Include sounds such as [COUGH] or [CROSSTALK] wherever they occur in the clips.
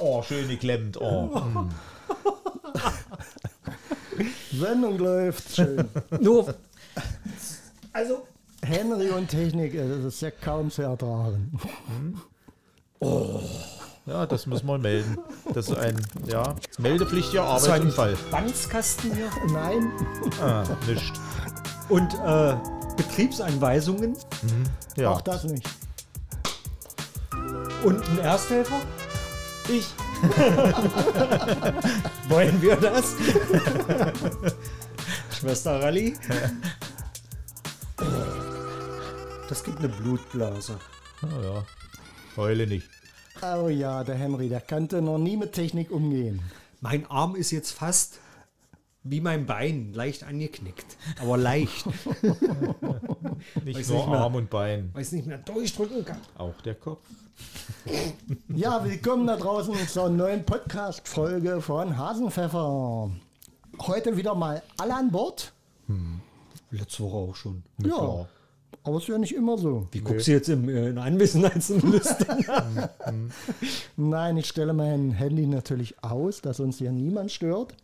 Oh, schön geklemmt. Oh. Sendung läuft, schön. Nur, Also, Henry und Technik, äh, das ist ja kaum zu ertragen. Ja, das müssen wir melden. Das ist ein, ja, meldepflichtiger Arbeitsunfall. Bandskasten [LAUGHS] hier. Nein, Ah, nicht. Und äh, Betriebsanweisungen Ja. auch das nicht. und ein Ersthelfer? Ich. Wollen wir [LAUGHS] das? Schwester Rally? Das gibt eine Blutblase. Ah, ja. Heule nicht. Oh ja, der Henry, der kannte noch nie mit Technik umgehen. Mein Arm ist jetzt fast wie mein Bein, leicht angeknickt. Aber [LAUGHS] leicht, Nicht Weiß nur nicht mehr. Arm und Bein, weil ich es nicht mehr durchdrücken kann. auch der Kopf. Ja, willkommen da draußen zur neuen Podcast-Folge von Hasenpfeffer. Heute wieder mal alle an Bord. Letzte Woche auch schon. Ja, aber ist ja nicht immer so. Wie guckst du jetzt im, äh, in der Anwesenheitsliste? Nein, ich stelle mein Handy natürlich aus, dass uns hier niemand stört.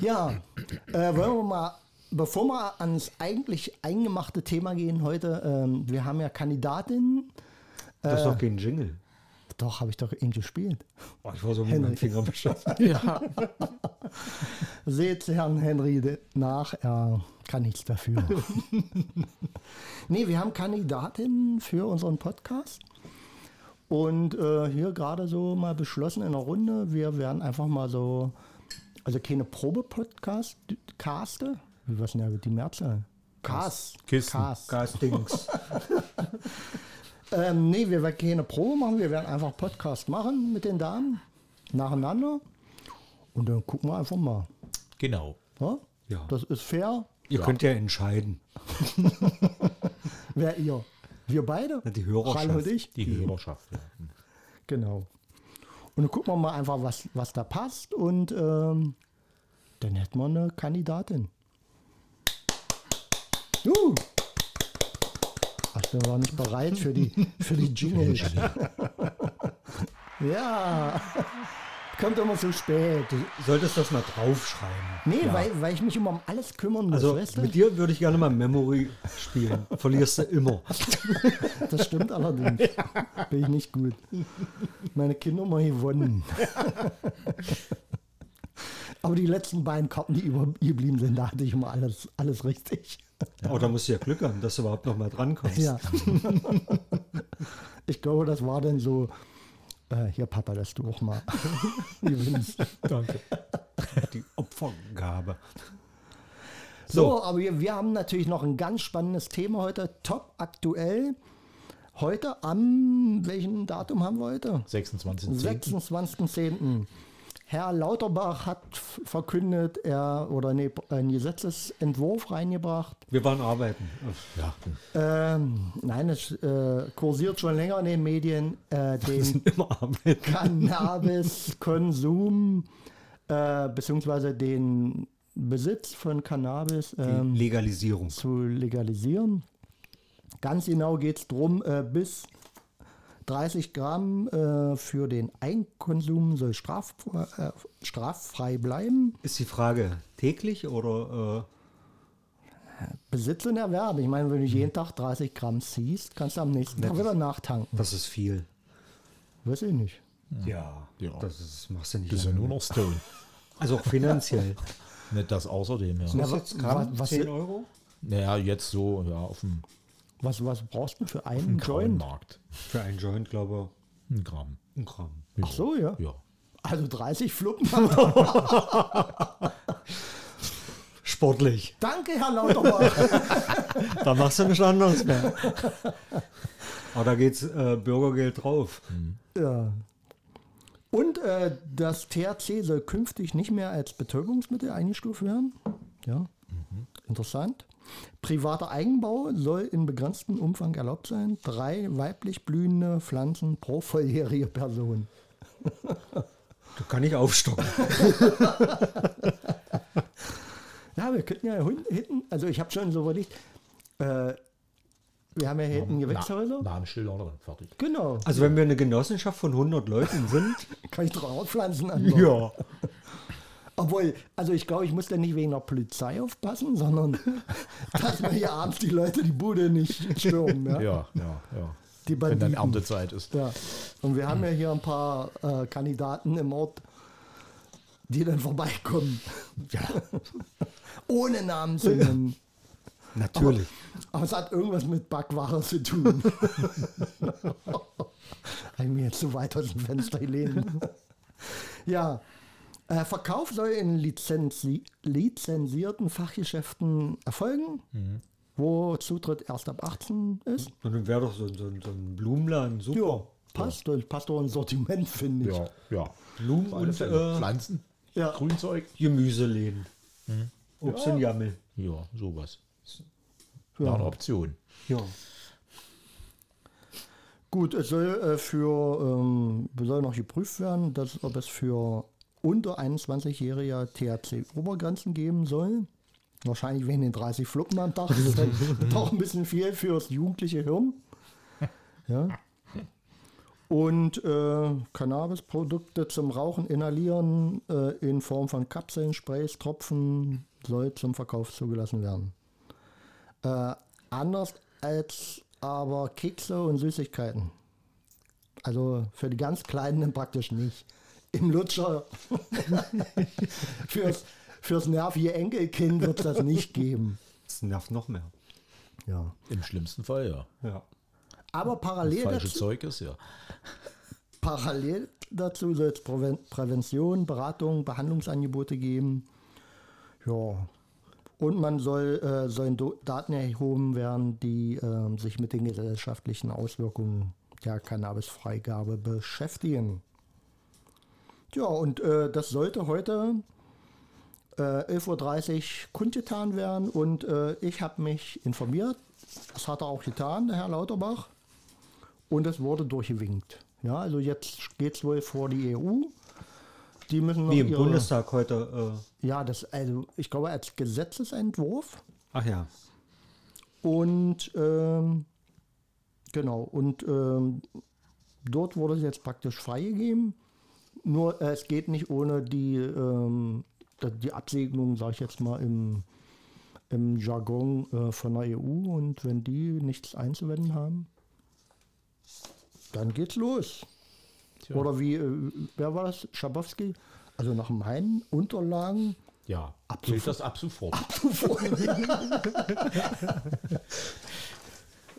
Ja, äh, wollen wir mal, bevor wir ans eigentlich eingemachte Thema gehen heute, ähm, wir haben ja Kandidatinnen. Das ist doch kein Jingle. Doch, habe ich doch eben gespielt. Oh, ich war so mit meinem Henrik. Finger beschäftigt. Seht Herrn Henry de- nach, er kann nichts dafür. nee, wir haben Kandidatinnen für unseren Podcast. Und äh, hier gerade so mal beschlossen in der Runde, wir werden einfach mal so, also keine Probe-Podcast, Caste, wie was denn da die Mehrzahl? Cast. Kisten. Cast. Castings. Ähm, nee, wir werden keine Probe machen, wir werden einfach Podcast machen mit den Damen, nacheinander. Und dann gucken wir einfach mal. Genau. Ja? Ja. Das ist fair. Ihr könnt ja entscheiden. Wer ihr? Wir beide? Na, die Hörerschaft. Ralle und ich? Die Hörerschaft. Ja. Hm. Genau. Und dann gucken wir mal einfach, was, was da passt und ähm, dann hätten wir eine Kandidatin. Uh! Ach, der war nicht bereit für die, für die [LAUGHS] Jingle. [LAUGHS] ja. Kommt immer zu spät. Du solltest das mal draufschreiben. Nee, weil, weil ich mich immer um alles kümmern muss, Also weißt du? mit dir würde ich gerne mal Memory spielen. Verlierst du immer. Das [LAUGHS] stimmt allerdings. Bin ich nicht gut. Meine Kinder mal gewonnen. Aber die letzten beiden Karten, die über- geblieben sind, da hatte ich immer alles, alles richtig. Aber da musst du ja Glück haben, dass du überhaupt noch mal drankommst. Ja. [LAUGHS] Ich glaube, das war dann so, äh, hier Papa, dass du auch mal [LAUGHS] gewinnst. Danke. Die Opfergabe. So, So, aber wir, wir haben natürlich noch ein ganz spannendes Thema heute, top aktuell. Heute am, welchen Datum haben wir heute? 26. 26.10. Herr Lauterbach hat f- verkündet, er oder nee, einen Gesetzesentwurf reingebracht. wir waren arbeiten. Ja. Ähm, nein, es äh, kursiert schon länger in den Medien, äh, Wir den [LAUGHS] sind immer arbeiten. Cannabiskonsum äh, beziehungsweise den Besitz von Cannabis ähm, Legalisierung. zu legalisieren. Ganz genau geht es darum, äh, bis 30 Gramm äh, für den Einkonsum soll straf, äh, straffrei bleiben. Ist die Frage täglich oder äh, Besitz und Erwerb. Ich meine, wenn du jeden Tag 30 Gramm ziehst, kannst du am nächsten Tag wieder äh, nachtanken. das ist viel? Weiß ich nicht. Hm. Ja. Ja. Das ist, machst du nicht. Das ist ja lange. nur noch Stone. Also auch [LAUGHS] finanziell. Nicht das außerdem, ja. Na, wa- wa- was, Euro? Naja, jetzt so, ja, auf dem was, was brauchst du für einen grauen Joint? Markt. Für einen Joint, glaube Ein Gramm. ich, ein Gramm. Ja. Ach so, ja. Ja. Also 30 Fluppen. Sportlich. Danke, Herr Lauterbach. Da machst du nichts anderes mehr. Aber da geht's äh, Bürgergeld drauf. ja. Und äh, das THC soll künftig nicht mehr als Betäubungsmittel eingestuft werden. Ja, interessant. Privater Eigenbau soll in begrenztem Umfang erlaubt sein. Drei weiblich blühende Pflanzen pro volljährige Person. Da kann ich aufstocken. Ja, wir könnten ja hun- hinten, also ich habe schon so überlegt, äh, Wir haben ja hier hinten Gewächshäuser. Namensschilder oder fertig. Genau. Also wenn wir eine Genossenschaft von 100 Leuten sind, Kann ich draufpflanzen anbauen. [LAUGHS] ja, Obwohl, also ich glaube, ich muss dann nicht wegen der Polizei aufpassen, sondern [LAUGHS] dass wir hier abends die Leute die Bude nicht stürmen. Ja? Ja, ja, ja. Die Wenn dann Banditen. Erntezeit ist. Ja. Und wir haben ja hier ein paar äh, Kandidaten im Ort, die dann vorbeikommen. Ja, [LAUGHS] Ohne Namen zu nennen. natürlich. Aber es hat irgendwas mit Backwache zu [LAUGHS] tun. Habe ich mir jetzt so weit aus dem Fenster gelehnt. ja. Äh, Verkauf soll in lizenzi lizenzierten Fachgeschäften erfolgen, wo Zutritt erst ab 18 ist. Und dann wäre doch so, ein- so, ein- so ein Blumenladen super. Ja, passt. Und passt doch ins Sortiment, finde ich. ja, ja. Blumen und äh, Pflanzen, Ja. Grünzeug. Gemüseläden. Mhm. Obst und Jammel. Ja, sowas. Ja. Ja. Eine Option. Ja. Gut, es soll äh, für, ähm, soll noch geprüft werden, dass, ob es für unter 21-Jährige THC-Obergrenzen geben soll. Wahrscheinlich wegen den 30 Fluppen am Tag. Das ist dann doch ein bisschen viel fürs jugendliche Hirn. Ja. Und äh, Cannabisprodukte zum Rauchen, Inhalieren äh, in Form von Kapseln, Sprays, Tropfen soll zum Verkauf zugelassen werden. Äh, anders als aber Kekse und Süßigkeiten. Also für die ganz Kleinen [LAUGHS] dann praktisch nicht. Im Lutscher. [LAUGHS] fürs, fürs nervige Enkelkind wird es das nicht geben. Das nervt noch mehr. Ja. Im schlimmsten Fall, ja. Ja. Aber parallel Falsches dazu, Zeug ist ja. parallel dazu soll es Präven Prävention, Beratung, Behandlungsangebote geben. Ja. Und man soll, äh, sollen Do Daten erhoben werden, die ähm, sich mit den gesellschaftlichen Auswirkungen der Cannabisfreigabe beschäftigen. Ja, und äh, das sollte heute äh, 11.30 Uhr kundgetan werden. Und äh, ich habe mich informiert. Das hat er auch getan, der Herr Lauterbach. Und es wurde durchgewinkt. Ja, also jetzt geht es wohl vor die EU. Die müssen noch Wie im ihre- Bundestag heute. Äh, ja, das, also ich glaube, als Gesetzesentwurf ach ja. und ähm, genau, und ähm, dort wurde es jetzt praktisch freigegeben. Nur äh, es geht nicht ohne die, ähm, da- die Absegnung, sage ich jetzt mal, im, im Jargon äh, von der EU. Und wenn die nichts einzuwenden haben, dann geht's los. Tja. Oder wie, äh, wer war das? Schabowski? Also nach meinen Unterlagen Ja, Ab gilt das ab sofort.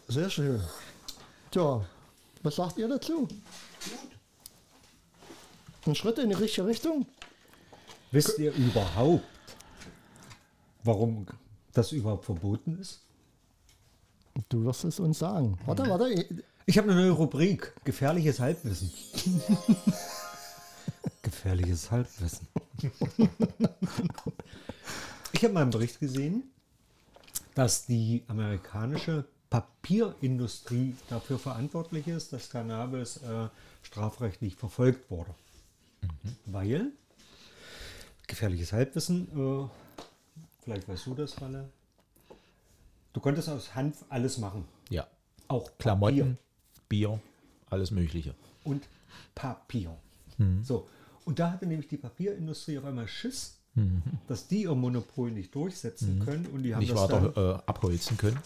Sehr schön. Tja, was sagt ihr dazu? Ein Schritt in die richtige Richtung? Wisst ihr überhaupt, warum das überhaupt verboten ist? Du wirst es uns sagen. Warte, warte. ich- Ich habe eine neue Rubrik. Gefährliches Halbwissen. [LAUGHS] Gefährliches Halbwissen. ich habe mal einen Bericht gesehen, dass die amerikanische Papierindustrie dafür verantwortlich ist, dass Cannabis äh, strafrechtlich verfolgt wurde. Weil, gefährliches Halbwissen, äh, vielleicht weißt du das, Ralle, du konntest aus Hanf alles machen. Ja. Auch Papier Klamotten, Bier, alles Mögliche. und Papier. Mhm. So, und da hatte nämlich die Papierindustrie auf einmal Schiss, dass die ihr Monopol nicht durchsetzen können und die haben Mhm. Nicht das dann, weiter äh, abholzen können.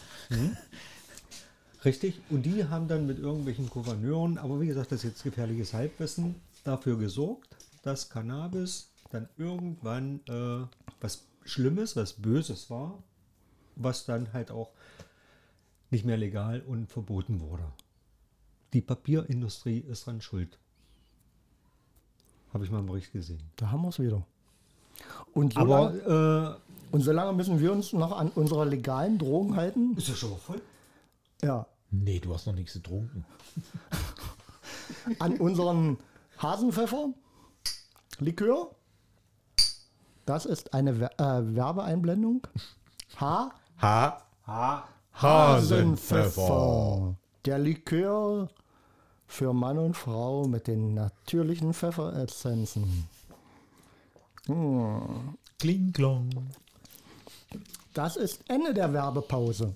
richtig und die haben dann mit irgendwelchen Gouverneuren, aber wie gesagt, das ist jetzt gefährliches Halbwissen, dafür gesorgt, dass Cannabis dann irgendwann äh, was Schlimmes, was Böses war, was dann halt auch nicht mehr legal und verboten wurde. Die Papierindustrie ist dran schuld. Habe ich mal im Bericht gesehen. Da haben wir es wieder. Und so, lange, Aber äh, und so lange müssen wir uns noch an unserer legalen Drogen halten. äh, ist ja schon mal voll. Ja. Nee, du hast noch nichts getrunken. An unseren Hasenpfeffer, Likör. Das ist eine Wer äh, Werbeeinblendung. Ha, Ha, Ha. Hasenpfeffer. Der Likör für Mann und Frau mit den natürlichen Pfefferessenzen. kling, klong. Das ist Ende der Werbepause.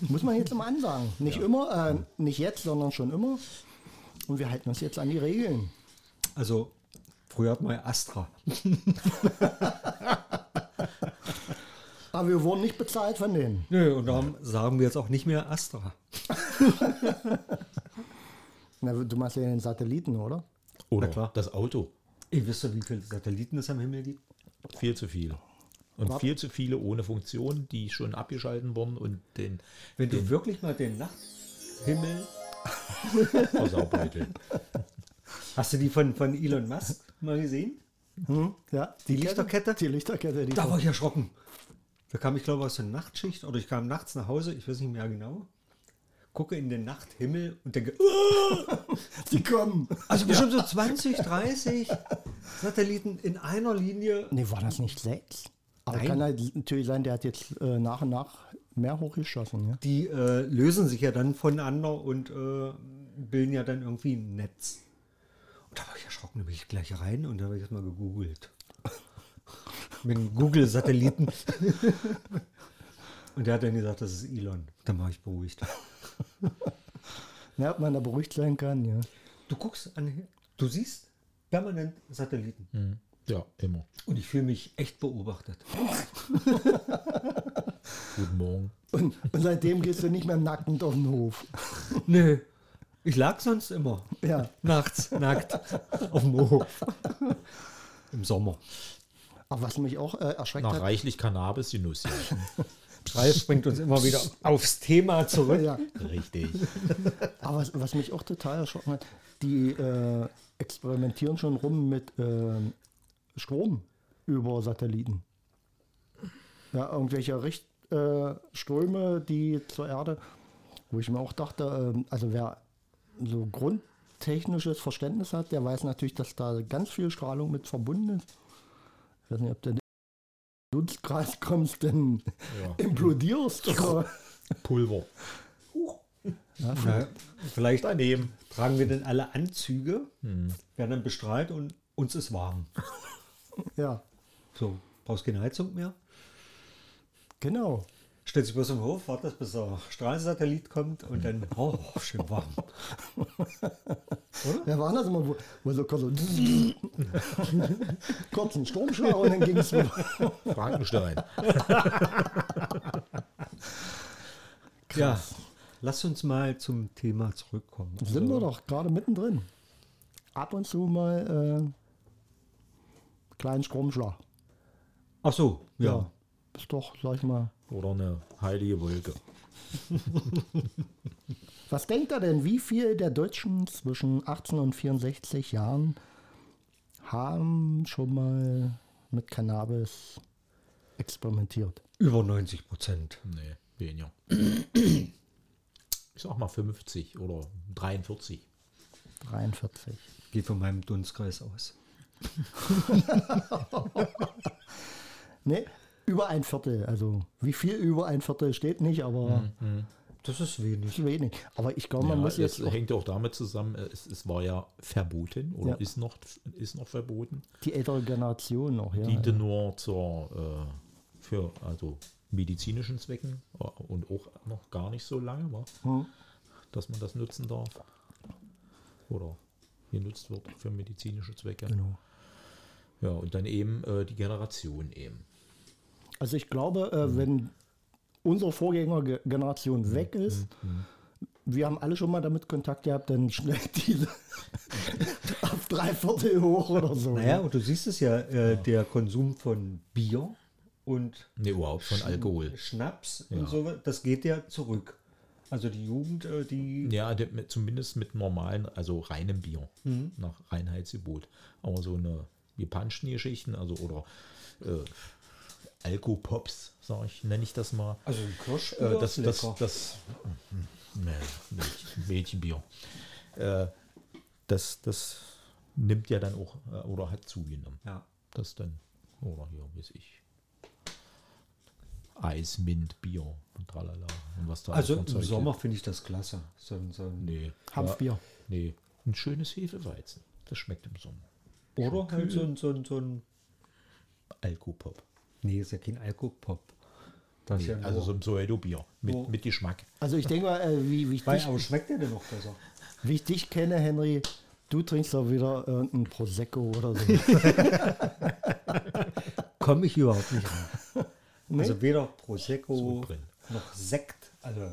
Muss man jetzt immer ansagen. Nicht immer, äh, nicht jetzt, sondern schon immer. Und wir halten uns jetzt an die Regeln. Also, früher hat man ja Astra. Aber wir wurden nicht bezahlt von denen. Nö, und darum sagen wir jetzt auch nicht mehr Astra. Na, du machst ja den Satelliten, oder? Oder Na klar. das Auto. Ihr wisst doch, wie viele Satelliten es am Himmel gibt. Viel zu viel. Und Warte. viel zu viele ohne Funktion, die schon abgeschalten wurden und den Wenn du wirklich mal den Nachthimmel. Versaubeutel. Hast du die von, von Elon Musk mal gesehen? Hm? Ja. Die Lichterkette? Die Lichterkette, die Da war ich erschrocken. Da kam ich, glaube ich, aus der Nachtschicht oder ich kam nachts nach Hause, ich weiß nicht mehr genau. Gucke in den Nachthimmel und denke, "Uh!" die kommen. also bestimmt so 20, 30 Satelliten in einer Linie. Nee, war das nicht sechs? Aber Nein. kann halt natürlich sein, der hat jetzt äh, nach und nach mehr hochgeschossen. Ja? Die äh, lösen sich ja dann voneinander und äh, bilden ja dann irgendwie ein Netz. Und da war ich erschrocken, da bin ich gleich rein und da habe ich erstmal gegoogelt. Mit dem Google-Satelliten. und der hat dann gesagt, das ist Elon. Dann war ich beruhigt. Ja, ob man da beruhigt sein kann, ja. Du guckst an, du siehst permanent Satelliten. Hm. Ja, immer. Und ich fühle mich echt beobachtet. Guten Morgen. Und, und seitdem gehst du nicht mehr nackend auf den Hof. Nö, ich lag sonst immer. Ja. Nachts, nackt, auf dem Hof. Im Sommer. Aber was mich auch äh, erschreckt Nach hat, reichlich Cannabis die Nuss. Ralf bringt uns immer wieder aufs Thema zurück. ja, Richtig. aber was, was mich auch total erschrocken hat, die äh, experimentieren schon rum mit ähm, Strom über Satelliten. Ja, irgendwelche Richtströme, äh, Ströme, die zur Erde, wo ich mir auch dachte, ähm, also wer so grundtechnisches Verständnis hat, der weiß natürlich, dass da ganz viel Strahlung mit verbunden ist. Ich weiß nicht, ob du in den Dunstkreis kommst, dann Ja. [LAUGHS] implodierst. Oder? Pulver. Ja, Na, vielleicht Daneben. tragen wir dann alle Anzüge, Hm. werden dann bestrahlt und uns ist warm. ja, So, brauchst keine Heizung mehr. genau. Stellt sich bloß im Hof, wartet, bis der Strahlensatellit kommt und dann, oh, schön warm. Wer war das immer, wo, wo so kurz so [LAUGHS] kurz ein Stromschlag und dann ging es wieder. Frankenstein. Ja, lass uns mal zum Thema zurückkommen. Sind wir doch gerade mittendrin. Ab und zu mal äh, kleinen Stromschlag. Ach so, ja. Ist doch, sag ich mal. Oder eine heilige Wolke. Was denkt er denn, wie viel der Deutschen zwischen 18 und 64 Jahren haben schon mal mit Cannabis experimentiert? Über 90 Prozent. Nee, weniger. Ich sag mal 50 oder 43. 43. Gehe von meinem Dunstkreis aus. Ne, über ein Viertel. Also wie viel über ein Viertel steht nicht, aber... Mhm, Das ist wenig. Zu wenig. Aber ich glaube, man Ja, muss das jetzt auch hängt auch damit zusammen, äh, es, es war ja verboten oder Ja. ist, noch, ist noch verboten. die ältere Generation noch, ja. diente nur zur, äh, für also medizinischen Zwecken äh, und auch noch gar nicht so lange, wa? Hm. dass man das nutzen darf. Oder genutzt wird für medizinische Zwecke. Genau. Ja, und dann eben äh, die Generation eben. Also ich glaube, Mhm. äh, wenn unsere Vorgängergeneration weg ist, mhm, wir haben alle schon mal damit Kontakt gehabt, dann schlägt diese [LAUGHS] auf drei Viertel hoch oder so. Naja, und du siehst es ja, äh, der Konsum von Bier und Ne, überhaupt von Alkohol. Schnaps Ja. und so, das geht ja zurück. Also die Jugend, äh, die Ja, de- mit- zumindest mit normalen, also reinem Bier, Mhm. nach Reinheitsgebot. Aber so eine gepanschten Geschichten, also oder äh, Alkopops, sag ich, nenne ich das mal. also die Kirschbier Äh, das, ist das, lecker. das, hm, nee, Mädchen, Mädchenbier. Äh, das, das nimmt ja dann auch äh, oder hat zugenommen. ja. Das dann, oder hier, weiß ich. Eis, Mint, Bier und tralala. Und was da Also alles für ein im Zeug Sommer finde ich das klasse. So, ein- so ein, gibt. Nee. Hanfbier. Ja, nee. Ein schönes Hefeweizen. Das schmeckt im Sommer. Oder halt so ein, so ein, so ein Alkopop. Nee, ist ja kein Alkopop. Das ist Nee, ja also nur- so ein Pseudo-Bier mit, Oh. mit Geschmack. Also ich denke mal, äh, wie, wie, ich Weil, dich, aber schmeckt der denn noch besser? wie ich dich kenne, Henry, du trinkst doch wieder irgendein Prosecco oder [LAUGHS] so. Komme ich überhaupt nicht rein. Ne? Also weder Prosecco Ist gut drin. noch Sekt. Also,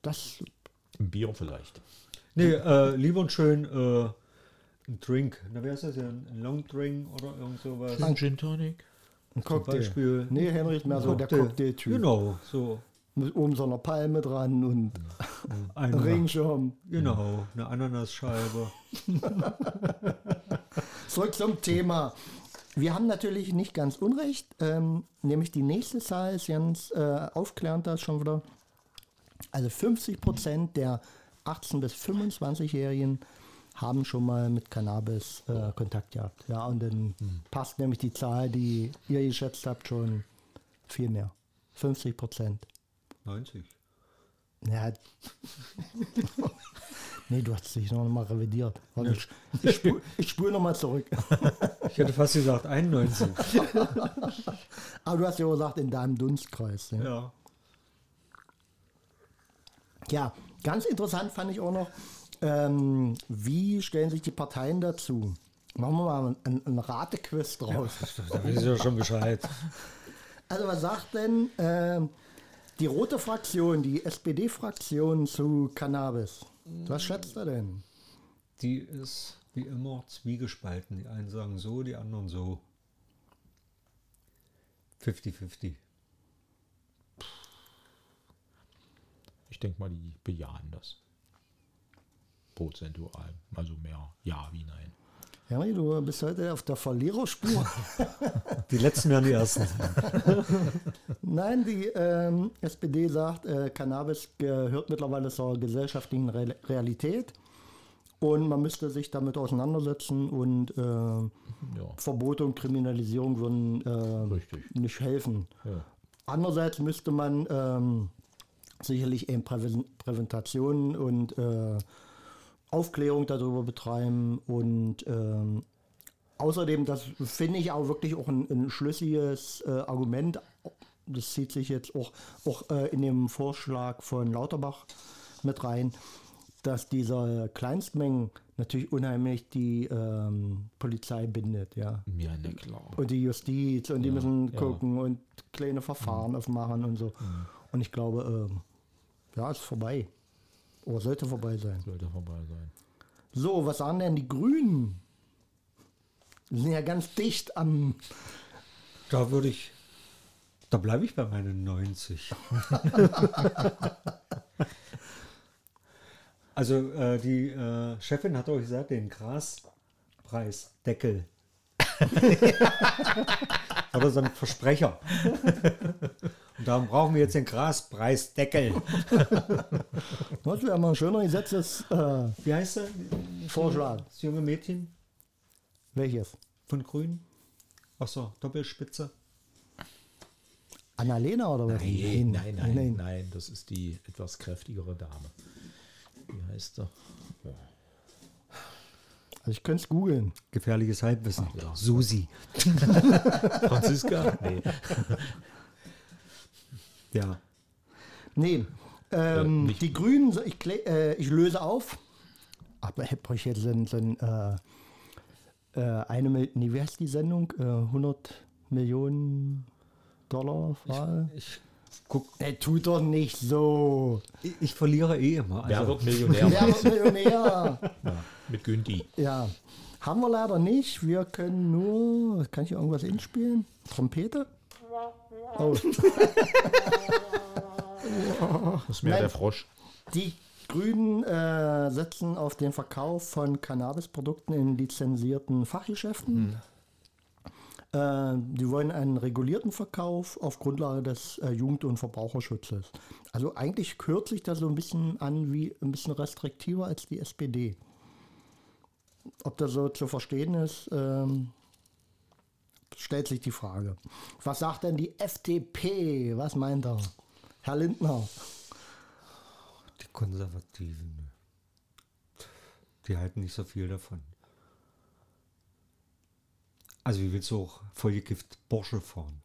Das, Ein Bier vielleicht. nee, äh, lieber und schön äh, ein Drink. Na, wer ist das denn? Ein Long Drink oder irgend sowas? Ein Gin Tonic. ein Cocktail. Beispiel. Nee, Henry ist also mehr so der Cocktail-Typ. Genau, so. Mit oben so einer Palme dran und Ein Regenschirm. Genau, eine Ananasscheibe. Zurück zum Thema. Wir haben natürlich nicht ganz unrecht, ähm, nämlich die nächste Zahl ist ganz äh, aufklärend, da ist schon wieder. Also 50 Prozent der 18- bis 25-Jährigen haben schon mal mit Cannabis äh, Kontakt gehabt. Ja, und dann Hm. passt nämlich die Zahl, die ihr geschätzt habt, schon viel mehr. 50 Prozent. 90. Ja. [LAUGHS] nee, du hast dich noch mal revidiert. Warte, ich, ich spüre ich spür noch mal zurück. Ich hätte fast gesagt 91. Aber du hast ja auch gesagt, in deinem Dunstkreis. Ja. ja. ja, ganz interessant fand ich auch noch, ähm, wie stellen sich die Parteien dazu? Machen wir mal einen, einen Ratequiz draus. Da weiß ich ja schon Bescheid. Also was sagt denn ähm, die rote Fraktion, die SPD-Fraktion zu Cannabis? Was schätzt er denn? Die ist wie immer zwiegespalten. Die einen sagen so, die anderen so. 50-50. Ich denke mal, die bejahen das. Prozentual. Also mehr Ja wie Nein. Henry, du bist heute auf der Verliererspur. Die letzten werden die ersten. Nein, die ähm, SPD sagt, äh, Cannabis gehört mittlerweile zur gesellschaftlichen Re Realität und man müsste sich damit auseinandersetzen und äh, Ja, Verbote und Kriminalisierung würden äh, richtig. nicht helfen. Ja. Andererseits müsste man ähm, sicherlich eben Präven Präventation und äh, Aufklärung darüber betreiben und ähm, außerdem, das finde ich auch wirklich auch ein, ein schlüssiges äh, Argument, das zieht sich jetzt auch, auch äh, in dem Vorschlag von Lauterbach mit rein, dass diese Kleinstmengen natürlich unheimlich die ähm, Polizei bindet, ja. Ja, na klar. Und die Justiz und die müssen ja. Mhm. gucken und kleine Verfahren aufmachen und so. Und ich glaube, ähm, ja, ist vorbei. Oder sollte vorbei sein. Sollte vorbei sein. So, was sagen denn die Grünen? Die sind ja ganz dicht am. Da würde ich. Da bleibe ich bei meinen 90. also äh, die äh, Chefin hat euch gesagt, den Graspreisdeckel. Oder so ein Versprecher. Und darum brauchen wir jetzt den Graspreisdeckel. Das wäre mal ein schöner Gesetzesvorschlag. Äh, Wie heißt er? Vorschlag. Das junge Mädchen welches? von Grün. Achso, Doppelspitze. Annalena oder was? Nein, nein, nein, nein, Das ist die etwas kräftigere Dame. Wie heißt er? Also ich könnte es googeln. Gefährliches Halbwissen. Susi. [LAUGHS] Franziska? nee. Ja. Nee. Ähm, nicht- die Grünen, so- ich, klä- äh, ich löse auf. Aber hätte ich jetzt so ein, so ein äh, äh, eine Mil nee, wie heißt die Sendung? Äh, 100 Millionen Dollar Frage? Ich guck Nee, tut doch nicht so. Ich, ich verliere eh immer. Wer Also, wird Millionär? Wer wird Millionär? Ja, mit Günthi. ja. Haben wir leider nicht. Wir können nur. Kann ich hier irgendwas inspielen? Trompete? Oh. Das ist mehr Nein. der Frosch. Die Grünen äh, setzen auf den Verkauf von Cannabisprodukten in lizenzierten Fachgeschäften. Äh, die wollen einen regulierten Verkauf auf Grundlage des äh, Jugend- und Verbraucherschutzes. Also eigentlich hört sich das so ein bisschen an wie ein bisschen restriktiver als die SPD. Ob das so zu verstehen ist, ähm, stellt sich die Frage. Was sagt denn die FDP? Was meint er? Herr Lindner. die Konservativen, die halten nicht so viel davon. Also wie willst du auch vollgegift Porsche fahren?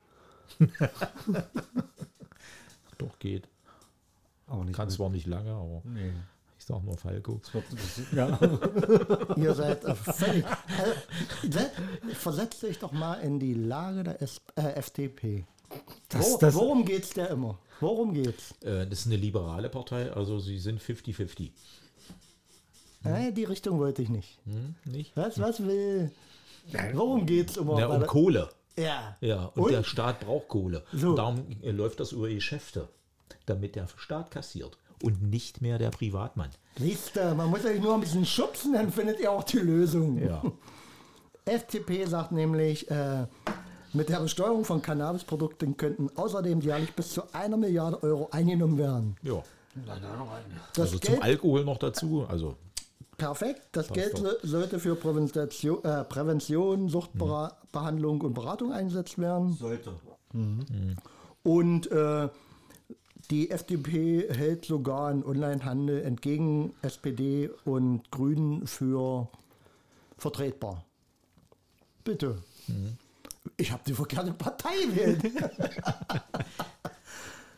Doch, geht. Aber nicht Kann mit- zwar nicht lange, aber Nee. ich sag nur Falco. Das wird, das, ja. [LAUGHS] Ihr seid äh, völlig. Äh, se- versetzt euch doch mal in die Lage der S äh, FDP. Das- Wo, das- worum geht's der immer? Worum geht's? Äh, das ist eine liberale Partei, also sie sind 50-50. Äh, die Richtung wollte ich nicht. Hm? Nicht? Was, was will. Worum geht's immer? Na, Bei um der- Kohle. ja. Ja, und, Und? der Staat braucht Kohle. So. Und Darum äh, läuft das über Geschäfte, damit der Staat kassiert und nicht mehr der Privatmann. Siehst du, man muss euch nur ein bisschen schubsen, dann findet ihr auch die Lösung. FDP sagt nämlich, äh, mit der Besteuerung von Cannabisprodukten könnten außerdem jährlich bis zu einer Milliarde Euro eingenommen werden. ja. Das Also zum Geld Alkohol noch dazu. Also Perfekt. Das Passt Geld doch. so- sollte für Prävention, äh, Prävention Suchtbehandlung und Beratung eingesetzt werden. Sollte. Und äh, die FDP hält sogar einen Onlinehandel entgegen SPD und Grünen für vertretbar. Bitte. Ich habe die verkehrte Partei gewählt.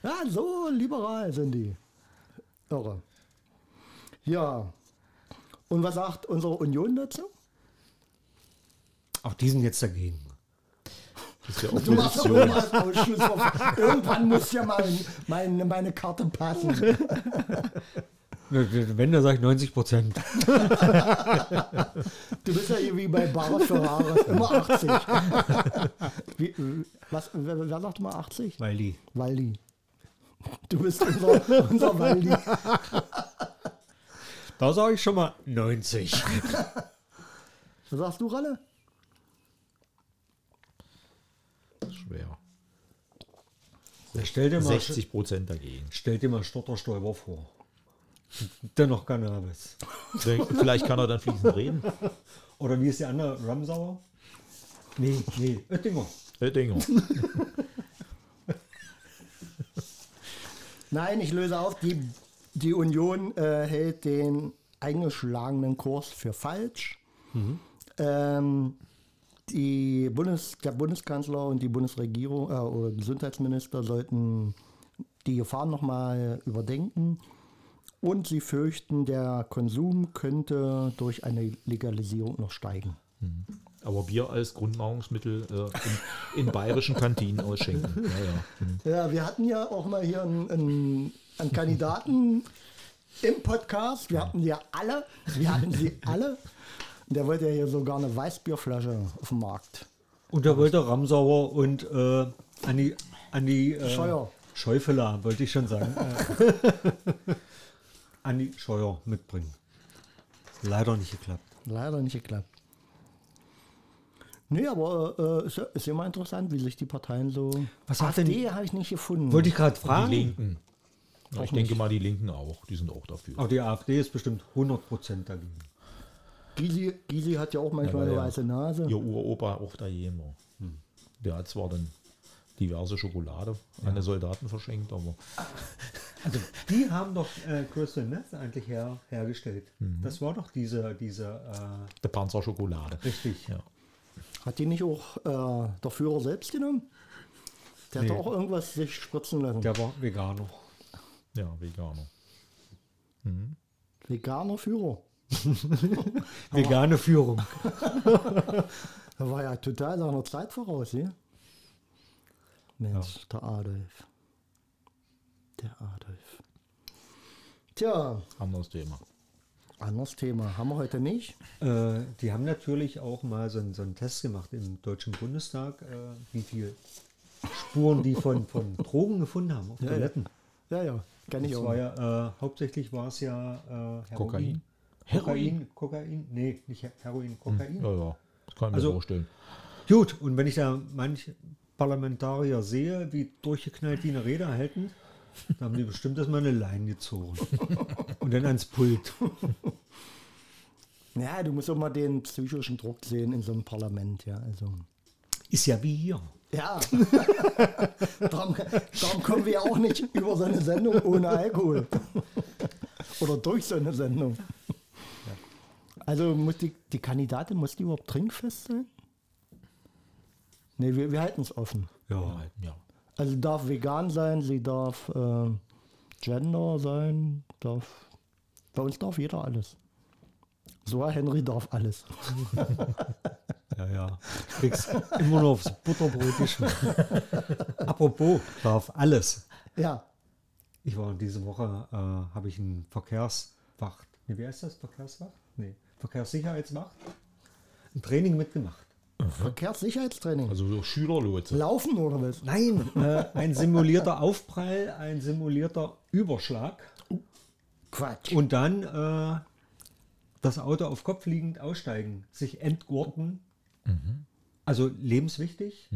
ja, so liberal sind die. Irre. Ja. Und was sagt unsere Union dazu? Auch die sind jetzt dagegen. das ist ja Du machst doch Opposition. immer als Ausschuss auf. Irgendwann muss ja mal meine, meine Karte passen. Wenn, dann sage ich 90 Prozent. Du bist ja hier wie bei Bares für Rares, immer 80. [LAUGHS] Wie, äh, was, wer, wer sagt immer 80? Weil die. Waldi. Du bist unser, unser Waldi. Da sage ich schon mal 90. [LAUGHS] Was sagst du, Ralle? Schwer. Stell dir mal, 60 Prozent dagegen. stell dir mal Stotterstäuber vor. Dennoch Cannabis. Vielleicht kann er dann fließend reden. Oder wie ist der andere? Ramsauer? Nee, nee, Oettinger. Oettinger. Nein, ich löse auf. Die, die Union äh, hält den eingeschlagenen Kurs für falsch. Ähm, die Bundes, der Bundeskanzler und die Bundesregierung äh, oder Gesundheitsminister sollten die Gefahren nochmal überdenken. Und sie fürchten, der Konsum könnte durch eine Legalisierung noch steigen. Aber Bier als Grundnahrungsmittel äh, in, in bayerischen Kantinen ausschenken. Ja, ja. Hm. Ja, wir hatten ja auch mal hier einen, einen, einen Kandidaten im Podcast. Wir hatten ja alle. Wir hatten [LAUGHS] sie alle. Und Der wollte ja hier sogar eine Weißbierflasche auf dem Markt. Und da wollte Ramsauer und äh, an die, an die äh, Scheuer. Schäufeler, wollte ich schon sagen. äh, an die Scheuer mitbringen. Leider nicht geklappt. Leider nicht geklappt. Nee, aber äh, ist, ja, ist ja mal interessant, wie sich die Parteien so. Was hat denn- AfD habe ich nicht gefunden. Wollte ich gerade Die fragen. Linken. Ja, ich denke mal, die Linken auch. Die sind auch dafür. Auch die AfD ist bestimmt 100% dagegen. Gysi, Gysi hat ja auch manchmal Ja, eine ja. weiße Nase. Ihr Uropa auch da jemand. Hm. Der hat zwar dann diverse Schokolade an die Soldaten verschenkt, aber Also die haben doch äh, Crystal Meth eigentlich her, hergestellt. Das war doch diese, diese der Panzerschokolade. äh, richtig. Ja. Hat die nicht auch äh, der Führer selbst genommen? Der Nee. hat doch auch irgendwas sich spritzen lassen. Der war Veganer. ja, Veganer. Veganer Führer. Vegane Führung. Er war ja total seiner Zeit voraus, ja? Mensch, der Adolf. Der Adolf. Tja, Anderes Thema. anderes Thema. Haben wir heute nicht. Äh, die haben natürlich auch mal so, einen- so einen Test gemacht im Deutschen Bundestag, äh, wie viel Spuren die von, von Drogen gefunden haben auf Toiletten. Ja, ja, kenne ich Das auch. war ja, äh, hauptsächlich war es ja äh, Heroin. Kokain. Heroin, Kokain, nee, nicht Her- Heroin, Kokain. Ja, ja. Das kann ich Also- mir vorstellen. Gut, und wenn ich da manche Parlamentarier sehe, wie durchgeknallt die eine Rede halten, dann haben die bestimmt erstmal eine Leine gezogen. Und dann ans Pult. Ja, du musst doch mal den psychischen Druck sehen in so einem Parlament, ja. Also. Ist ja wie hier. Ja. [LAUGHS] darum, darum kommen wir ja auch nicht über so eine Sendung ohne Alkohol. Oder durch so eine Sendung. Also muss die, die Kandidatin, muss die überhaupt trinkfest sein? Ne, wir, wir halten es offen. Ja, halt, ja. Also sie darf vegan sein, sie darf äh, Gender sein, darf. Bei uns darf jeder alles. Sogar Henry darf alles. Ja, ja. Kriegst immer nur aufs Butterbrot geschmissen. Apropos, darf alles. Ja, Ich war diese Woche, äh, habe ich einen Verkehrswacht. Nee, wie heißt das? Verkehrswacht? Nee, Verkehrssicherheitswacht. Ein Training mitgemacht. Verkehrssicherheitstraining. Also so Schülerlotse. Laufen oder was? Nein, äh, ein simulierter Aufprall, ein simulierter Überschlag Quatsch. und dann äh, das Auto auf Kopf liegend aussteigen, sich entgurten. Also lebenswichtig.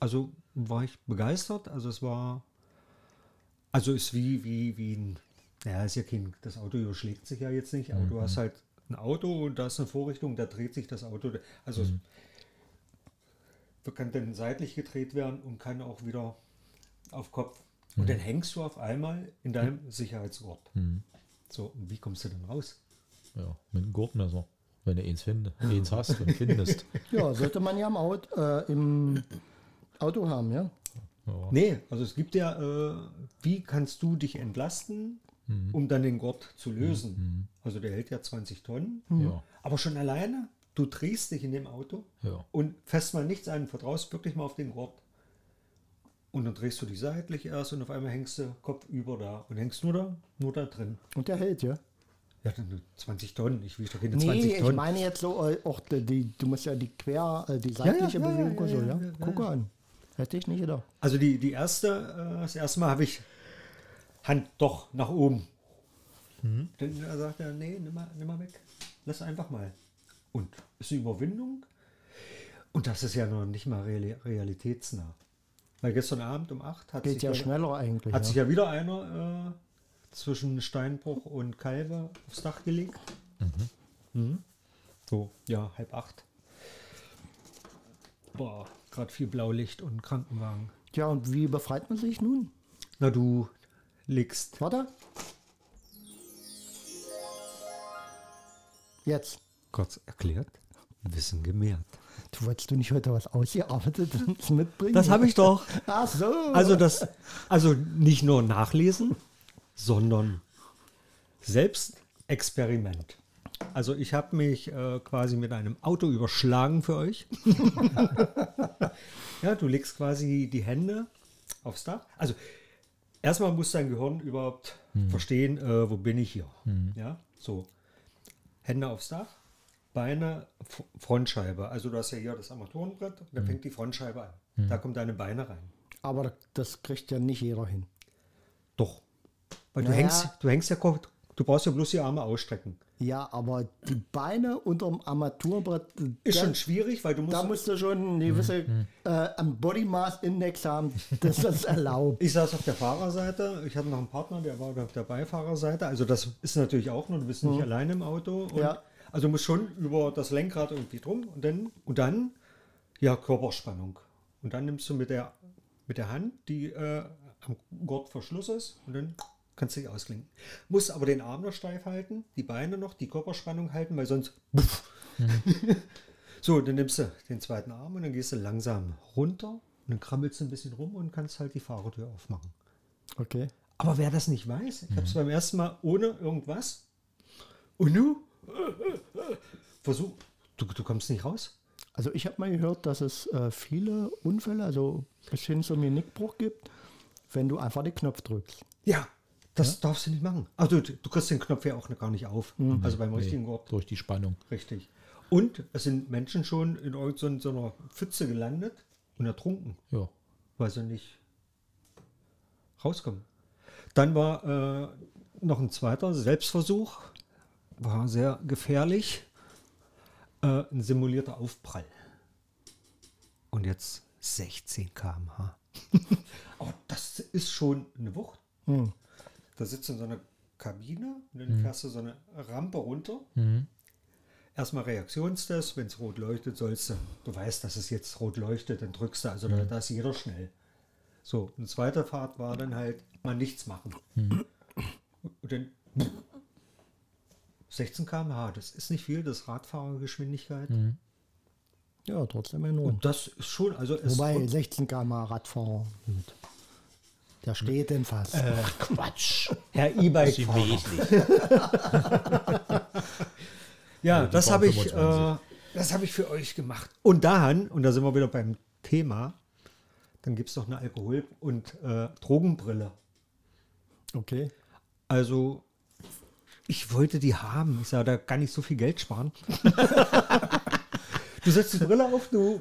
Also war ich begeistert. Also es war, also ist wie, wie, wie ein, naja, ist ja kein, das Auto überschlägt sich ja jetzt nicht, aber du hast halt ein Auto und da ist eine Vorrichtung, da dreht sich das Auto. Also es kann dann seitlich gedreht werden und kann auch wieder auf Kopf. Und dann hängst du auf einmal in deinem Sicherheitsort. So, und wie kommst du denn raus? Ja, mit einem Gurtmesser. Wenn du eins, find, eins hast und findest. [LAUGHS] Ja, sollte man ja im Auto, äh, im Auto haben, ja. Nee, also es gibt ja, äh, wie kannst du dich entlasten, Mhm. um dann den Gurt zu lösen? Also der hält ja 20 Tonnen, Mhm. Ja. aber schon alleine, du drehst dich in dem Auto Ja. und fährst mal nichts an, vertraust wirklich mal auf den Gurt. Und dann drehst du dich seitlich erst und auf einmal hängst du Kopf über da und hängst nur da, nur da drin. Und der hält, ja. Ja, dann nur 20 Tonnen, ich will doch keine 20 Nee, ich Tonnen. meine jetzt so, äh, auch die, die, du musst ja die quer, äh, die seitliche ja, ja, Bewegung ja, und so, ja, ja. ja, ja, Guck an. Hätte ich nicht gedacht. Also die, die erste, äh, das erste Mal habe ich Hand doch nach oben. Mhm. Dann äh, sagt er, nee, nimm mal, nimm mal weg. Lass einfach mal. Und ist eine Überwindung. Und das ist ja noch nicht mal reali realitätsnah. Weil gestern Abend um 8 hat, Geht sich, ja wieder, schneller eigentlich. hat ja. sich ja wieder einer äh, zwischen Steinbruch und Kalve aufs Dach gelegt. Mhm. So, ja, halb acht. Boah, gerade viel Blaulicht und Krankenwagen. Tja, und wie befreit man sich nun? Na du legst. Warte. Jetzt. Kurz erklärt, Wissen gemehrt. Du wolltest du nicht heute was ausgearbeitetes [LAUGHS] mitbringen? Das habe ich doch. Ach so. Also das, also nicht nur nachlesen, sondern selbst Experiment. Also ich habe mich äh, quasi mit einem Auto überschlagen für euch. [LAUGHS] ja, du legst quasi die Hände aufs Dach. Also erstmal muss dein Gehirn überhaupt verstehen, äh, wo bin ich hier. Ja, so Hände aufs Dach, Beine, F Frontscheibe. Also du hast ja hier das Armaturenbrett, da fängt die Frontscheibe an. Da kommen deine Beine rein. Aber das kriegt ja nicht jeder hin. Doch. Weil du Naja. hängst, du hängst ja, ko- du brauchst ja bloß die Arme ausstrecken. Ja, aber die Beine unterm Armaturenbrett, Ist da, schon schwierig, weil du musst. da musst du schon Hm, eine gewisse äh, am Body Mass Index haben, [LAUGHS] dass das erlaubt. ich saß auf der Fahrerseite, ich hatte noch einen Partner, der war auf der Beifahrerseite. Also das ist natürlich auch nur, du bist nicht alleine im Auto. Und Mhm. Ja. Also du musst schon über das Lenkrad irgendwie drum und dann und dann ja Körperspannung. Und dann nimmst du mit der mit der Hand, die äh, am Gurtverschluss ist, und dann kannst du dich ausklinken. Musst aber den Arm noch steif halten, die Beine noch, die Körperspannung halten, weil sonst So, dann nimmst du den zweiten Arm und dann gehst du langsam runter und dann krammelst du ein bisschen rum und kannst halt die Fahrertür aufmachen. Okay. Aber wer das nicht weiß, ich habe es beim ersten Mal ohne irgendwas und nu versuch, du, du kommst nicht raus. Also ich habe mal gehört, dass es äh, viele Unfälle, also bis hin zum Genickbruch gibt, wenn du einfach den Knopf drückst. Ja, das darfst du nicht machen. Ach, du, du kriegst den Knopf ja auch gar nicht auf. Also beim richtigen Nee, Ort. durch die Spannung. Richtig. Und es sind Menschen schon in irgendeiner so einer Pfütze gelandet und ertrunken. Ja. weil sie nicht rauskommen. Dann war äh, noch ein zweiter Selbstversuch, war sehr gefährlich, äh, ein simulierter Aufprall. Und jetzt 16 [LAUGHS] km/h. Aber Oh, das ist schon eine Wucht. Hm. Da sitzt du in so einer Kabine und dann fährst du so eine Rampe runter. Erstmal Reaktionstest, wenn es rot leuchtet, sollst du, du weißt, dass es jetzt rot leuchtet, dann drückst du, also da, da ist jeder schnell. So, eine zweite Fahrt war dann halt mal nichts machen. Und dann 16 km/h, das ist nicht viel, das ist Radfahrergeschwindigkeit. Ja, trotzdem enorm. Und das ist schon, also es Wobei 16 km Radfahrer. gut. Der steht denn fast. Äh. Quatsch. Herr Das E-Bike. ist [LAUGHS] wesentlich. Ja, die das fahren habe ich, äh, 25. das habe ich für euch gemacht. Und dann, und da sind wir wieder beim Thema, dann gibt es noch eine Alkohol- und äh, Drogenbrille. Okay. Also, ich wollte die haben. Ich sage, da kann ich so viel Geld sparen. [LAUGHS] du setzt die Brille auf, du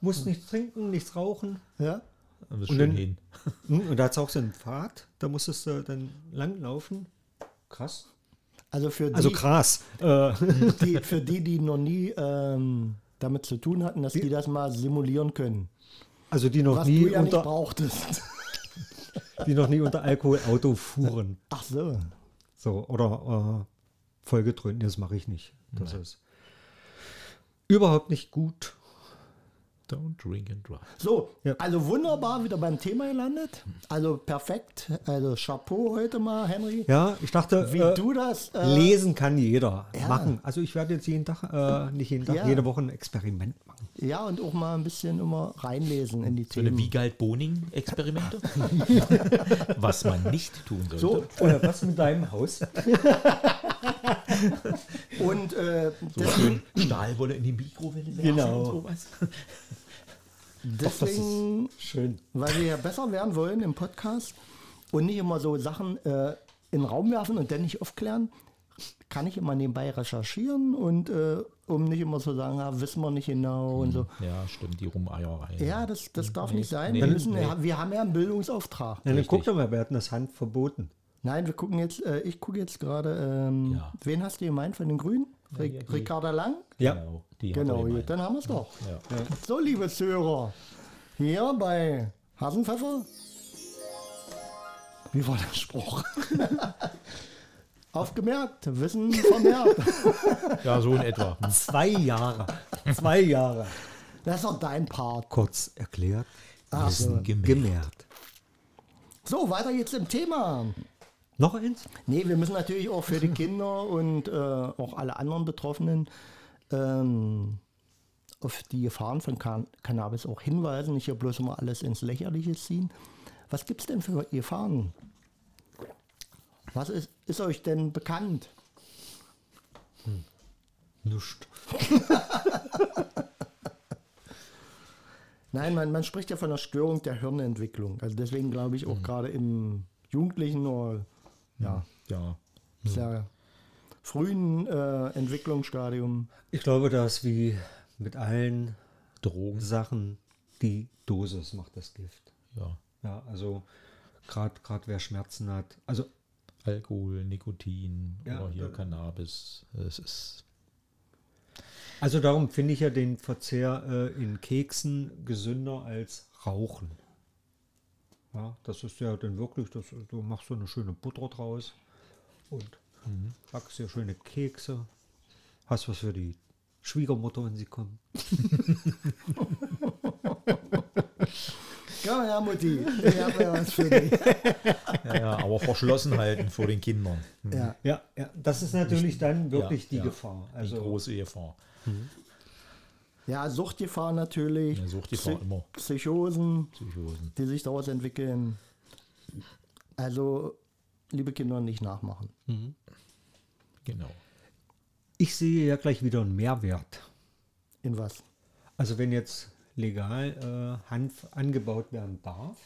musst nichts trinken, nichts rauchen. Ja. Das ist Und schön dann- hin. Hm, Und da hat es auch so einen Pfad, da musstest du dann langlaufen. Krass. Also für die, Also krass. Äh, die, für die, die noch nie ähm, damit zu tun hatten, dass die das mal simulieren können. also die noch, Was nie du ja nicht unter, brauchtest. die noch nie unter Alkohol Auto fuhren. Ach so. So, oder äh, vollgetrönt, nee, das mache ich nicht. Das ist überhaupt nicht gut. Don't drink and drive. So, Ja. also wunderbar wieder beim Thema gelandet. Also perfekt. Also Chapeau heute mal, Henry. Ja, ich dachte, Wie äh, du das äh, lesen kann jeder Ja. machen. Also ich werde jetzt jeden Tag, äh, nicht jeden Tag, Ja. jede Woche ein Experiment machen. Ja, und auch mal ein bisschen immer reinlesen in die So eine Themen. [LAUGHS] Wiegald-Boning-Experimente. Was man nicht tun sollte. So, Oder Äh, was mit [LAUGHS] deinem Haus? und äh, So des, [LAUGHS] schön [LAUGHS] Stahlwolle in die Mikrowelle werfen Genau. und sowas. Doch, das deswegen, ist schön. weil wir ja besser werden wollen im Podcast und nicht immer so Sachen äh, in den Raum werfen und dann nicht aufklären, kann ich immer nebenbei recherchieren und äh, um nicht immer zu sagen, ja, wissen wir nicht genau und so. Ja, stimmt, die Rumeierei. Ja, das, das darf nicht sein. Mhm. nee, wir, müssen, nee. wir haben ja einen Bildungsauftrag. Ja, dann Richtig. guck doch mal, wir hatten das Hand verboten. Nein, wir gucken jetzt, äh, ich gucke jetzt gerade, ähm, Ja. wen hast du gemeint von den Grünen? Ri ja, die- Ricarda Lang? Ja, Genau, die hat Genau, er gut, gemeint. dann haben wir es doch. Ja. So, liebe Zuhörer, hier bei Hasenpfeffer. Wie war der Spruch? [LAUGHS] Aufgemerkt, Wissen vermehrt. [LAUGHS] ja, so in etwa. zwei Jahre. Zwei Jahre. Das ist doch dein Part. Kurz erklärt, Ach so. Wissen gemerkt. gemerkt. so, weiter jetzt im Thema. Noch eins? Nee, wir müssen natürlich auch für die Kinder und äh, auch alle anderen Betroffenen ähm, auf die Gefahren von Can Cannabis auch hinweisen, nicht hier bloß immer alles ins Lächerliche ziehen. Was gibt es denn für Gefahren? Was ist, ist euch denn bekannt? Nüscht. Nein, man, man spricht ja von einer Störung der Hirnentwicklung. Also deswegen glaube ich auch gerade im Jugendlichen oder ja, Ja, sehr frühen äh, Entwicklungsstadium. Ich glaube, dass wie mit allen Drogen. Sachen, die Dosis macht das Gift. Ja. Ja, also gerade gerade wer Schmerzen hat, also Alkohol, Nikotin Ja, oder hier ja. Cannabis. Es ist also darum finde ich ja den Verzehr äh, in Keksen gesünder als Rauchen. Ja, das ist ja dann wirklich, das, du machst so eine schöne Butter draus und backst dir schöne Kekse, hast was für die Schwiegermutter, wenn sie kommt. Komm her, Mutti. Ich hab [LAUGHS] ja was für dich. ja, ja, aber verschlossen halten vor den Kindern. Hm. [LAUGHS] Ja. Ja, ja, das ist natürlich dann wirklich Ja, die ja. Gefahr. Also die große Gefahr. Ja, Suchtgefahr natürlich. Ja, Suchtgefahr Psy- immer. Psychosen, Psychosen. die sich daraus entwickeln. Also, liebe Kinder, nicht nachmachen. Genau. ich sehe ja gleich wieder einen Mehrwert. In was? Also wenn jetzt legal äh, Hanf angebaut werden darf,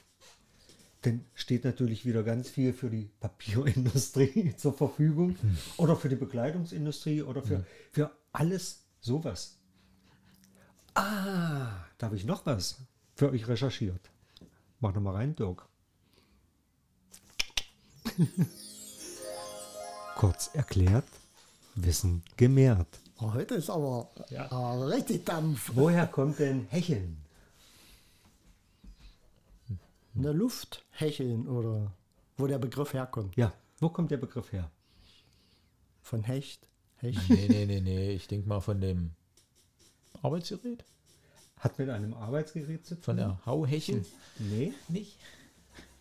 dann steht natürlich wieder ganz viel für die Papierindustrie [LAUGHS] zur Verfügung oder für die Bekleidungsindustrie oder für, für alles sowas. Ah, da habe ich noch was für euch recherchiert. Mach noch mal rein, Dirk. [LAUGHS] Kurz erklärt, Wissen gemehrt. Oh, heute ist aber Ja. ah, richtig Dampf. Woher kommt denn Hecheln? In der Luft hecheln oder wo der Begriff herkommt. Ja, wo kommt der Begriff her? Von Hecht. Hecht. Nee, nee, nee, nee. Ich denke mal von dem Arbeitsgerät, Mhm. Hat mit einem Arbeitsgerät zu tun? von der Hauhechel. Nee. Nicht?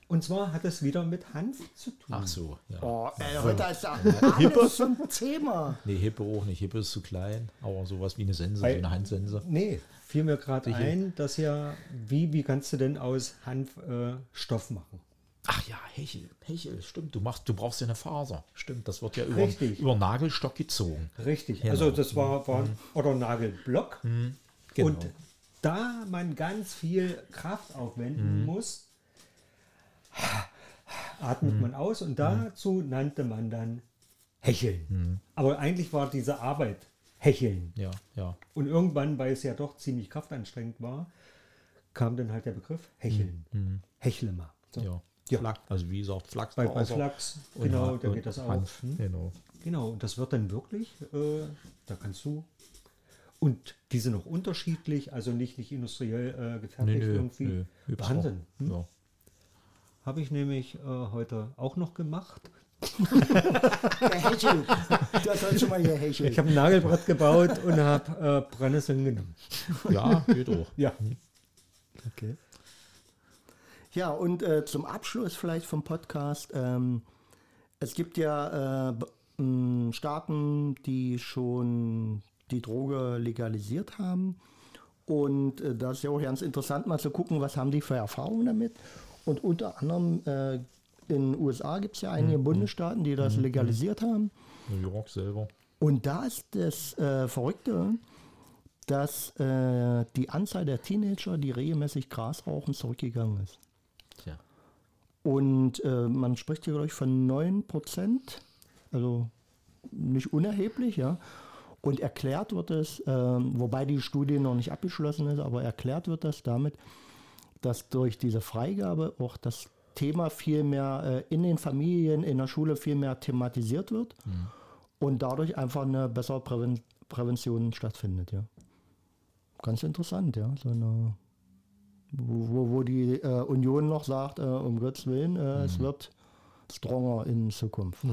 Und zwar hat es wieder mit Hanf zu tun. Ach so, ja. Oh, ey, heute ist da alles zum Thema. Nee, Hippe auch nicht. Hippe ist zu klein, aber sowas wie eine Sense, so Weil- eine Handsense. Nee, fiel mir gerade ein, dass ja, wie, wie kannst du denn aus Hanf äh, Stoff machen? Ach ja, Hechel, Hechel, stimmt. Du machst, du brauchst ja eine Faser. Stimmt, das wird ja über, Richtig. über Nagelstock gezogen. Richtig, Genau. also das war, war oder Nagelblock. genau. Und da man ganz viel Kraft Mhm. aufwenden muss, Mhm. atmet man aus und dazu nannte man dann Hecheln. Mhm. Aber eigentlich war diese Arbeit Hecheln. Ja, ja. Und irgendwann, weil es ja doch ziemlich kraftanstrengend war, kam dann halt der Begriff Hecheln. Hechle mal. So. Mhm. Ja. Ja. Flach- also wie gesagt, Flachs. Bei, bei Flachs, genau, da geht das auch. Hm? Genau. Genau, und das wird dann wirklich, äh, da kannst du. Und die sind auch unterschiedlich, also nicht, nicht industriell äh, Nö, gefertigt nö, irgendwie. nö. Gibt's Wahnsinn. auch. Ja. Habe ich nämlich äh, heute auch noch gemacht. Der Hechel. Der soll schon mal hier hecheln. Ich habe ein Nagelbrett gebaut und habe äh, Brennnesseln genommen. [LAUGHS] ja, geht auch. Ja. Okay. Ja, und äh, zum Abschluss vielleicht vom Podcast. Ähm, es gibt ja äh, b- m, Staaten, die schon die Droge legalisiert haben. Und äh, das ist ja auch ganz interessant, mal zu gucken, was haben die für Erfahrungen damit. Und unter anderem äh, in den USA gibt es ja einige Bundesstaaten, die das legalisiert haben. New York selber. Und da ist das äh, Verrückte, dass äh, die Anzahl der Teenager, die regelmäßig Gras rauchen, zurückgegangen ist. Tja. Und äh, man spricht hier, glaube ich, von 9%, also nicht unerheblich, ja. Und erklärt wird es, ähm, wobei die Studie noch nicht abgeschlossen ist, aber erklärt wird das damit, dass durch diese Freigabe auch das Thema viel mehr äh, in den Familien, in der Schule viel mehr thematisiert wird und dadurch einfach eine bessere Präven Prävention stattfindet, ja. Ganz interessant, ja. So eine wo, wo die äh, Union noch sagt, äh, um Gottes Willen, äh, es wird stronger in Zukunft.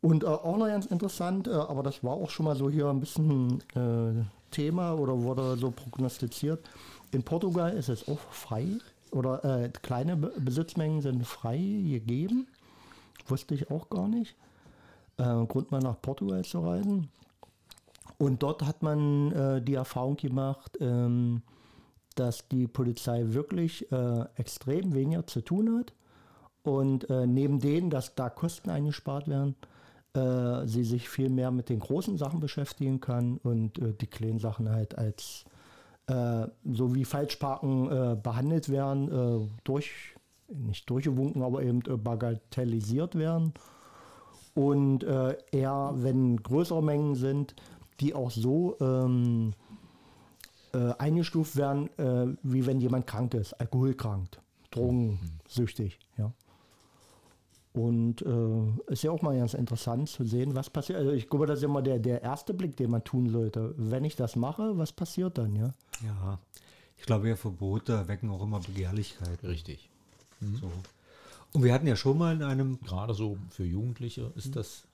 Und äh, auch noch ganz interessant, äh, aber das war auch schon mal so hier ein bisschen äh, Thema oder wurde so prognostiziert. In Portugal ist es auch frei oder äh, kleine Be Besitzmengen sind frei gegeben. Wusste ich auch gar nicht. Äh, Grund mal nach Portugal zu reisen. Und dort hat man äh, die Erfahrung gemacht, ähm, dass die Polizei wirklich äh, extrem weniger zu tun hat und äh, neben denen, dass da Kosten eingespart werden, äh, sie sich viel mehr mit den großen Sachen beschäftigen kann und äh, die kleinen Sachen halt als äh, so wie Falschparken äh, behandelt werden, äh, durch nicht durchgewunken, aber eben äh, bagatellisiert werden und äh, eher, wenn größere Mengen sind, die auch so ähm, äh, eingestuft werden, äh, wie wenn jemand krank ist, alkoholkrank, drogensüchtig, ja. Und äh, ist ja auch mal ganz interessant zu sehen, was passiert. Also ich glaube, das ist immer der, der erste Blick, den man tun sollte. Wenn ich das mache, was passiert dann, ja? Ja. Ich glaube, ja, Verbote wecken auch immer Begehrlichkeit. Richtig. Mhm. So. Und wir hatten ja schon mal in einem. Gerade so für Jugendliche ist das,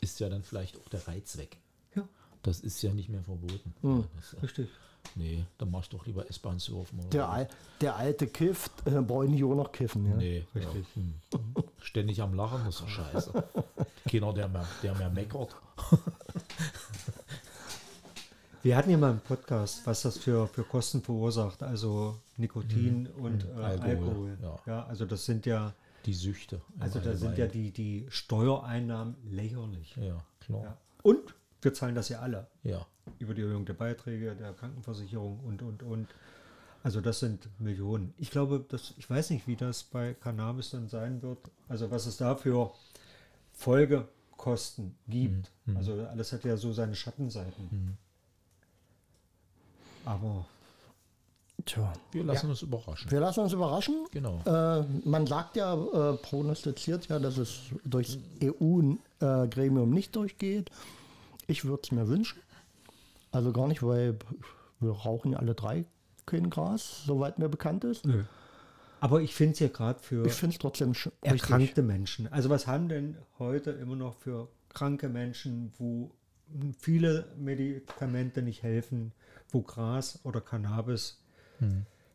ist ja dann vielleicht auch der Reiz weg. Ja, Das ist ja nicht mehr verboten. Ja, das, äh, richtig. nee, dann machst du doch lieber S-Bahn surfen. Oder Der, so. Al- der alte kifft, äh, brauche ich nicht auch noch kiffen, ja? Nee, richtig. Ja. Hm. Ständig am Lachen ist doch scheiße. Keiner, der mehr, der mehr meckert. Wir hatten ja mal im Podcast, was das für, für Kosten verursacht, also Nikotin und äh, Mhm. Alkohol, Alkohol. ja. Ja. also das sind ja, Die Süchte. im also da sind ja Allgemeinen. die, die Steuereinnahmen lächerlich. Ja, Ja. klar. Und wir zahlen das ja alle Ja. über die Erhöhung der Beiträge, der Krankenversicherung und, und, und. Also das sind Millionen. Ich glaube, das, ich weiß nicht, wie das bei Cannabis dann sein wird. Also was es da für Folgekosten gibt. Also alles hat ja so seine Schattenseiten. Aber Tja. Wir lassen uns überraschen. Wir lassen uns überraschen. Genau. Äh, man sagt ja, äh, prognostiziert ja, dass es durchs EU-Gremium nicht durchgeht. Ich würde es mir wünschen. Also gar nicht, weil wir rauchen ja alle drei kein Gras, soweit mir bekannt ist. Aber ich finde es ja gerade für Ich finde es trotzdem sch- richtig. erkrankte Menschen. Also was haben denn heute immer noch für kranke Menschen, wo viele Medikamente nicht helfen, wo Gras oder Cannabis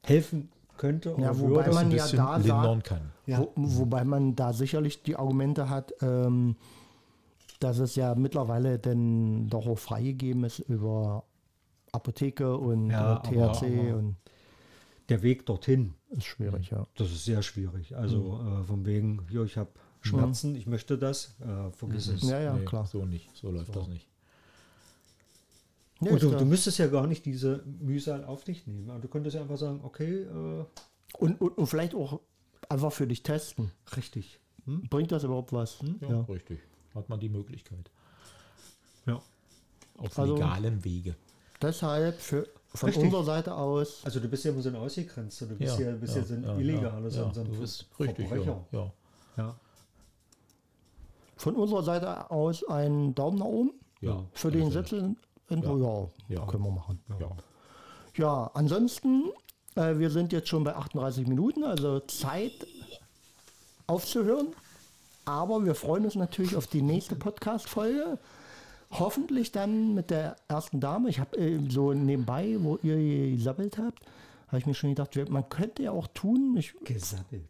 helfen könnte oder Ja, wobei würde. das ein man ja bisschen da sagt- lindern kann. ja. Wo, wobei man da sicherlich die Argumente hat, ähm, dass es ja mittlerweile dann doch auch freigegeben ist über Apotheke und über Ja, THC aber- aber- und Der Weg dorthin, ist schwierig, ja. das ist sehr schwierig. Also äh, von wegen, jo, ich habe Schmerzen, ich möchte das, äh, vergiss es. Ja, ja, Nee, klar. So nicht, so läuft das nicht. Ja, Und ist du, klar. du müsstest ja gar nicht diese Mühsal auf dich nehmen. Aber du könntest ja einfach sagen, okay, äh, und, und, und vielleicht auch einfach für dich testen. Hm? richtig. Bringt das überhaupt was? Hm? Ja, Hm? Ja. richtig. Hat man die Möglichkeit. Ja. Auf Also- legalem Wege. Deshalb für, von Richtig. unserer Seite aus, Also du bist ja immer so ein Ausgegrenzter, du bist Ja, ja, bist ja, so ein Illegaler, so, ein- so ein du Ver- bist richtig, ja, Verbrecher. ja. Ja. von unserer Seite aus einen Daumen nach oben Ja, für den Sitzel. Ja. ja, Ja. können wir machen. Ja. Ja, ansonsten, äh, wir sind jetzt schon bei 38 Minuten, also Zeit aufzuhören. Aber wir freuen uns natürlich auf die nächste Podcast-Folge. Hoffentlich dann mit der ersten Dame. Ich habe äh, so nebenbei, wo ihr gesabbelt habt, habe ich mir schon gedacht, wir- man könnte ja auch tun. Ich, Gesattelt.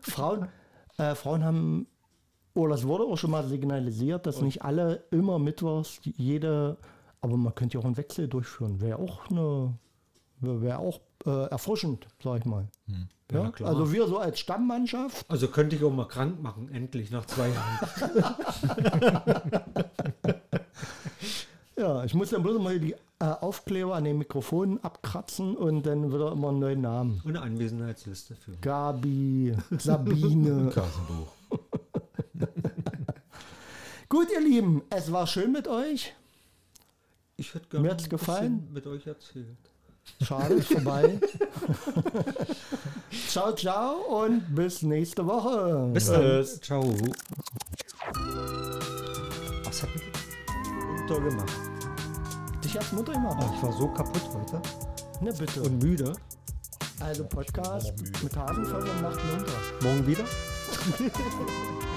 Frauen, äh, Frauen haben, oder das wurde auch schon mal signalisiert, dass nicht alle immer mittwochs jede, aber man könnte ja auch einen Wechsel durchführen. Wäre auch eine, wäre auch äh, erfrischend, sag ich mal. Ja, Hm. Ja, klar. Also wir so als Stammmannschaft. Also könnte ich auch mal krank machen, endlich nach zwei Jahren. Ja, ich muss dann bloß mal die äh, Aufkleber an den Mikrofonen abkratzen und dann wird er immer einen neuen Namen. Und eine Anwesenheitsliste für. Gabi, [LAUGHS] Sabine. Kassenbuch. Gut, ihr Lieben, es war schön mit euch. Ich hätte gerne Mir hat's ein bisschen gefallen. mit euch erzählt. Schade, ist vorbei. [LAUGHS] ciao, ciao und bis nächste Woche. Bis dann. Ciao. Was hat mich Mutter gemacht? Dich als Mutter immer. Ich war so kaputt heute Ne, bitte. Ah. und müde. also Podcast Ich bin auch noch müde. mit Hasenfeuer und Nacht munter. Morgen wieder?